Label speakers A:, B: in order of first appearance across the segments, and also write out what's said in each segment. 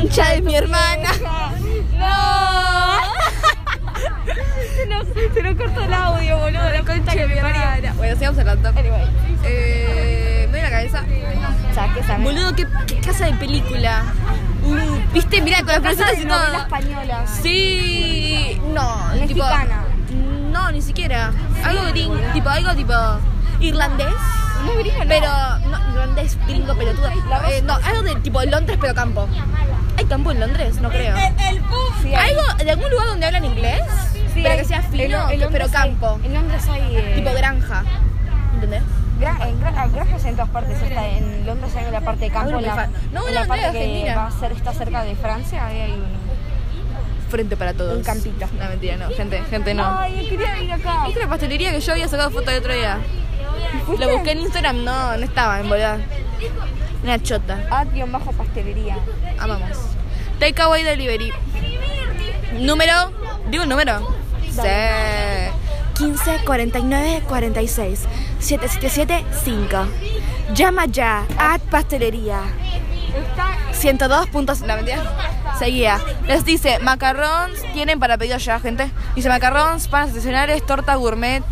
A: Concha de mi hermana.
B: Se nos cortó el audio, boludo. La cuenta que me parió.
A: Bueno, sigamos hablando. Eh, me doy la cabeza. Boludo, ¿qué, qué casa de película. Uh, Viste, mirá, con las personas y
B: novela
A: todo.
B: española.
A: Sí. No, tipo-
B: Mexicana.
A: no, ni siquiera. Algo gring- tipo, algo tipo irlandés.
B: No es gringo, no.
A: Pero, no, irlandés, gringo, pelotudo. Eh, no, algo de tipo Londres, pero campo. ¿Hay campo en Londres? No creo.
B: El Sí, hay.
A: ¿Algo de algún lugar donde hablan inglés?
B: eh, Sí,
A: pero
B: hay.
A: que sea
B: En-
A: fino,
B: en
A: pero
B: Londres
A: campo.
B: hay- En Londres hay. eh,
A: Tipo granja. ¿Entendés?
B: gra- en gra- hay granjas en todas partes. Está en Londres hay la parte de campo.
A: Ahora me
B: La,
A: fa- No,
B: en la
A: no,
B: parte
A: no,
B: que
A: Argentina.
B: va a ser, está cerca de Francia. Ahí hay un.
A: Frente para todos.
B: Un campito.
A: No, mentira, no. Gente, gente, no.
B: Ay, quería ir acá.
A: ¿Viste la pastelería que yo había sacado foto el otro día? Lo busqué en Instagram, no, no estaba, en verdad. Una chota.
B: Ad-bajo Ah, pastelería.
A: Amamos. Takeaway Delivery. Número. Digo un número. Sí. 15 49 46 777 5. Llama ya. At Pastelería. 102 puntos. No, mentira. Seguía. Les dice macarrons. Tienen para pedido ya, gente. Dice macarrons, panes estacionales, torta gourmet,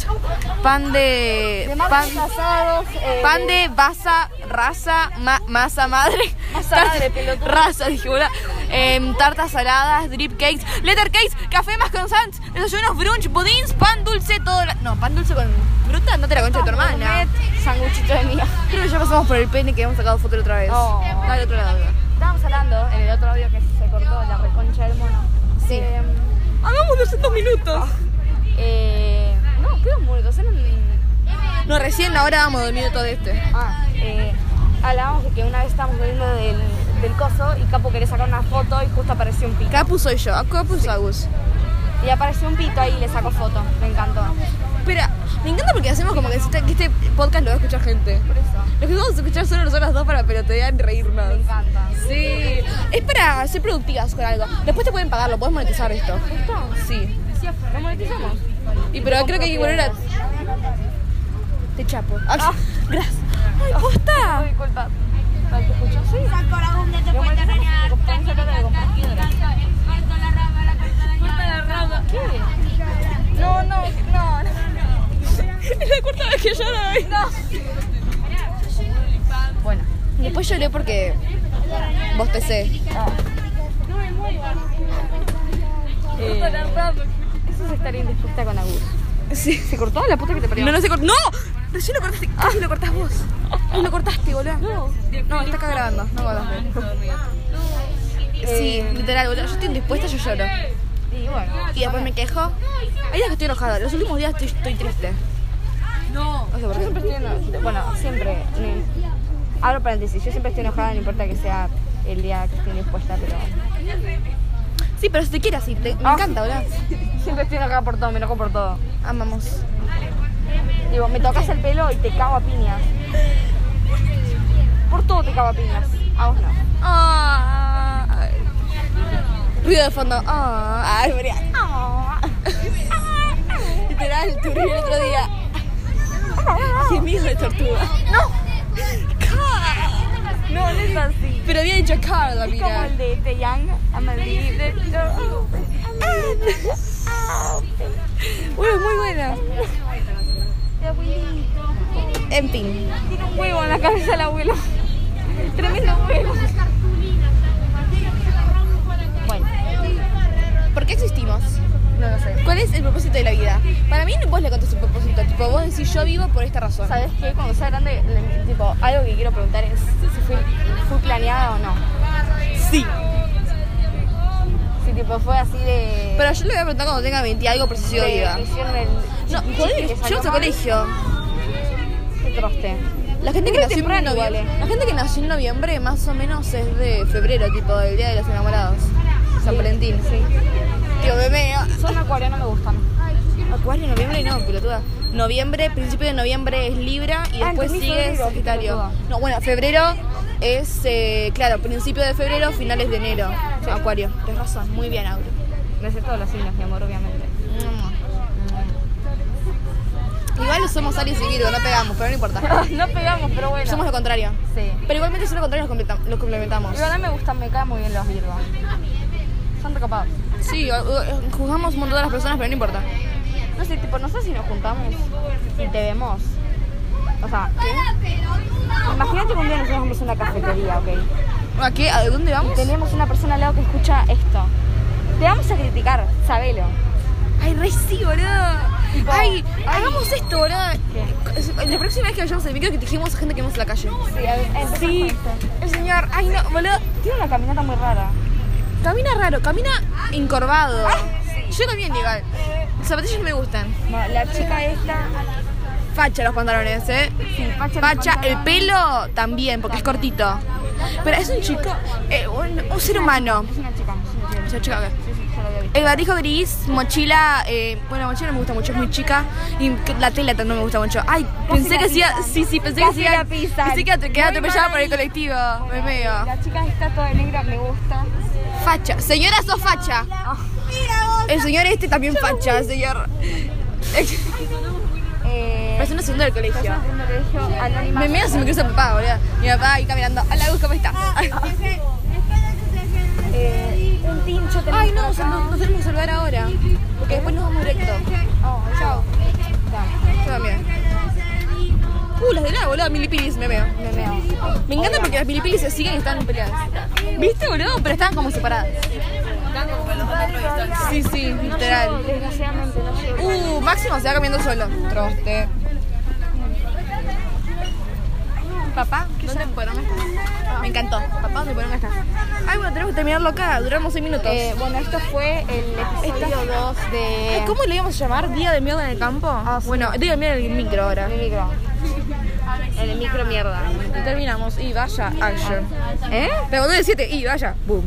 A: pan de.
B: De
A: pan,
B: manos asados. eh,
A: Pan de basa, raza, ma- masa madre.
B: Masa madre, pelotudo.
A: Raza, dije, boludo. Em, tartas saladas, drip cakes, letter cakes, café más croissants, desayunos, brunch, budins, pan dulce, todo. la- No, pan dulce con fruta, no te la concha de tu hermana.
B: gourmet, Sanguchito de miga.
A: Creo que ya pasamos por el pene que hemos sacado foto la otra vez.
B: Oh.
A: Dale, otro lado.
B: Estábamos hablando en el otro audio que se cortó la reconcha del mono.
A: Sí.
B: Eh,
A: Hagamos 200 minutos.
B: eh, no, quedó muertos. Eran
A: No, recién ahora vamos dos minutos de este.
B: Ah, eh, hablábamos de que una vez estábamos volviendo del, del coso y Capo quería sacar una foto y justo apareció un pito.
A: Capu soy yo, Capu es Agus.
B: Y apareció un pito ahí y le sacó foto. Me encantó.
A: Espera, me encanta porque hacemos como que este, que este podcast lo va a escuchar gente.
B: Por eso.
A: Lo que vamos a escuchar solo nosotras dos para pelotear y
B: Me
A: reírnos.
B: encanta.
A: Sí, es para ser productivas con algo. Después te pueden pagar, lo puedes monetizar esto.
B: ¿Esto?
A: Sí.
B: ¿Lo monetizamos?
A: Y pero creo que hay que volver a. Te chapo. Ay, gracias. Ay, posta.
B: Disculpa. ¿Te escuchó? Sí. Lo monetizamos porque podemos sacar algo más. ¿Qué? No, no, no.
A: Es la cuarta vez que yo doy. Bueno, después lloré porque vos pesé.
B: Eso es estar indispuesta con Agus.
A: Sí.
B: ¿Se cortó la puta que te parió?
A: No, no se cortó. ¡No! Recién lo cortaste. Casi lo cortás vos. Casi lo cortaste, boludo. No, está acá grabando. No cortaste. Sí, literal, boludo. Yo estoy indispuesta, yo lloro.
B: Y bueno.
A: Y después me quejo. Hay días que estoy enojada. Los últimos días estoy, estoy triste. No. sé por
B: Yo
A: qué.
B: siempre estoy enojada. Bueno, siempre. ni- Abro paréntesis. Yo siempre estoy enojada, no importa que sea el día que esté dispuesta, pero.
A: Sí, pero si te quiere así. te- me
B: Ah.
A: encanta, boludo.
B: Siempre estoy enojada por todo, me enojo por todo.
A: Amamos.
B: Digo, me tocas el pelo y te cago a piñas. Por todo te cago a piñas. A vos no.
A: Ay. Ruido de fondo. Ay, María. Literal, tu río el otro día. Gemido de tortuga. No.
B: No, no es así.
A: Pero había dicho Carl,
B: Es como
A: mira.
B: el de The Young, I'm a leader.
A: Bueno, muy buena. En fin.
B: Tiene un huevo en la cabeza el abuelo. Tremendo huevo. Bueno,
A: ¿Por qué existimos?
B: no lo sé.
A: ¿Cuál es el propósito de la vida? Para mí vos le contás el propósito. Tipo, vos decís yo vivo por esta razón.
B: ¿Sabes qué? Cuando sea grande, le- tipo, algo que quiero preguntar es si fui, fui planeada o no.
A: Sí.
B: Si tipo fue así de.
A: Pero yo le voy a preguntar cuando tenga 20 y algo por si sigo
B: de-
A: viva.
B: que hicieron Eh, el
A: No,
B: chiquichi
A: joder,
B: que salió
A: llegamos al
B: mal,
A: colegio.
B: qué troste.
A: La gente que nació
B: Muy
A: en
B: temprano igual,
A: noviembre. eh. La gente que nació en noviembre más o menos es de febrero, tipo del día de los enamorados. San Valentín.
B: Sí.
A: Tío, bebé. ah.
B: Son acuario, no me gustan.
A: Acuario, noviembre no, pelotuda. Noviembre, principio de noviembre es Libra y
B: Ah,
A: después
B: entendí
A: sigue
B: febrero, qué
A: Sagitario.
B: pelotuda.
A: No, bueno, febrero es, eh, claro, principio de febrero, finales de enero. Acuario, tenés razón, muy bien, Auro.
B: Mm. Me sé todos los signos, mi amor, obviamente.
A: Mm. Igual somos Aries y Virgo, no pegamos, pero no importa.
B: no pegamos, pero bueno.
A: Somos lo contrario.
B: Sí.
A: Pero igualmente son lo contrario, los, completa- los complementamos.
B: Igual a mí me gustan, me caen muy bien los Virgos. Son recapados.
A: Sí, o- o- juzgamos un montón de las personas, pero no importa.
B: No sé, tipo, no sé si nos juntamos y te vemos. O sea, ¿qué? Imagínate que un día nosotros vamos a una cafetería, ¿ok?
A: ¿A qué? ¿A dónde vamos?
B: Tenemos una persona al lado que escucha esto. Te vamos a criticar, sabelo.
A: Ay, re sí, boludo. Ay, hagamos esto, boludo. Eh, La próxima vez que vayamos al micro que dijimos a gente que vemos en la calle.
B: Sí, a ver, empezamos
A: Sí,
B: con esto.
A: el señor. Ay, no, boludo.
B: Tiene una caminata muy rara.
A: Camina raro, camina encorvado.
B: Ah,
A: Yo también, igual. Los zapatillas no me gustan.
B: No, la chica esta,
A: Facha los pantalones, ¿eh?
B: sí, facha, los
A: Facha, el
B: pantalones.
A: pelo también, porque es cortito. Pero es un chico, eh, un, un ser humano.
B: Es una chica, es una chica.
A: O sea, chica, ok.
B: Sí, sí, ya lo había visto.
A: El barrijo gris, mochila, eh, bueno, mochila no me gusta mucho, es muy chica. Y que- la tela también no me gusta mucho. Ay,
B: Casi
A: pensé
B: la
A: que hacía,
B: pisan.
A: sí, sí, pensé
B: Casi
A: que
B: la
A: hacía,
B: pisan.
A: pensé que at- quedaba
B: Muy
A: atropellada
B: mal.
A: por el colectivo, me veo.
B: La chica esta toda negra me gusta.
A: Facha, señora, sos facha. El señor este también facha, señor.
B: Eh,
A: Persona segunda del colegio.
B: persona de un colegio anónima.
A: Me mira si me cruza papá, boludo. Mi papá ahí caminando. Hola, Gus, ¿cómo estás?
B: Ah, Eh, un tincho tenemos
A: Ay, no,
B: por
A: nos,
B: acá.
A: nos tenemos que saludar ahora. Porque después nos vamos directo.
B: Oh, chao. Dale,
A: Yo también. Uh, las de la, boludo, milipilis, me veo.
B: me meo.
A: Me encanta porque las milipilis se siguen y están peleadas. ¿Viste, boludo? Pero estaban como separadas. Sí, sí, literal.
B: Desgraciadamente no llego.
A: Uh, Máximo se va caminando solo. Troste. Papá, ¿dónde fueron? Me encantó. Papá, ¿dónde fueron? Estás? Ay, bueno, tenemos que terminarlo acá. Duramos 6 minutos.
B: Eh, bueno, esto fue el episodio 2 de...
A: Ay, ¿Cómo le íbamos a llamar? ¿Día de mierda en el campo?
B: Ah, sí.
A: Bueno, día de mierda en el micro ahora.
B: En el micro. En el micro mierda.
A: Y terminamos. Y vaya, action.
B: ¿Eh?
A: Pregunté de 7 y vaya, boom.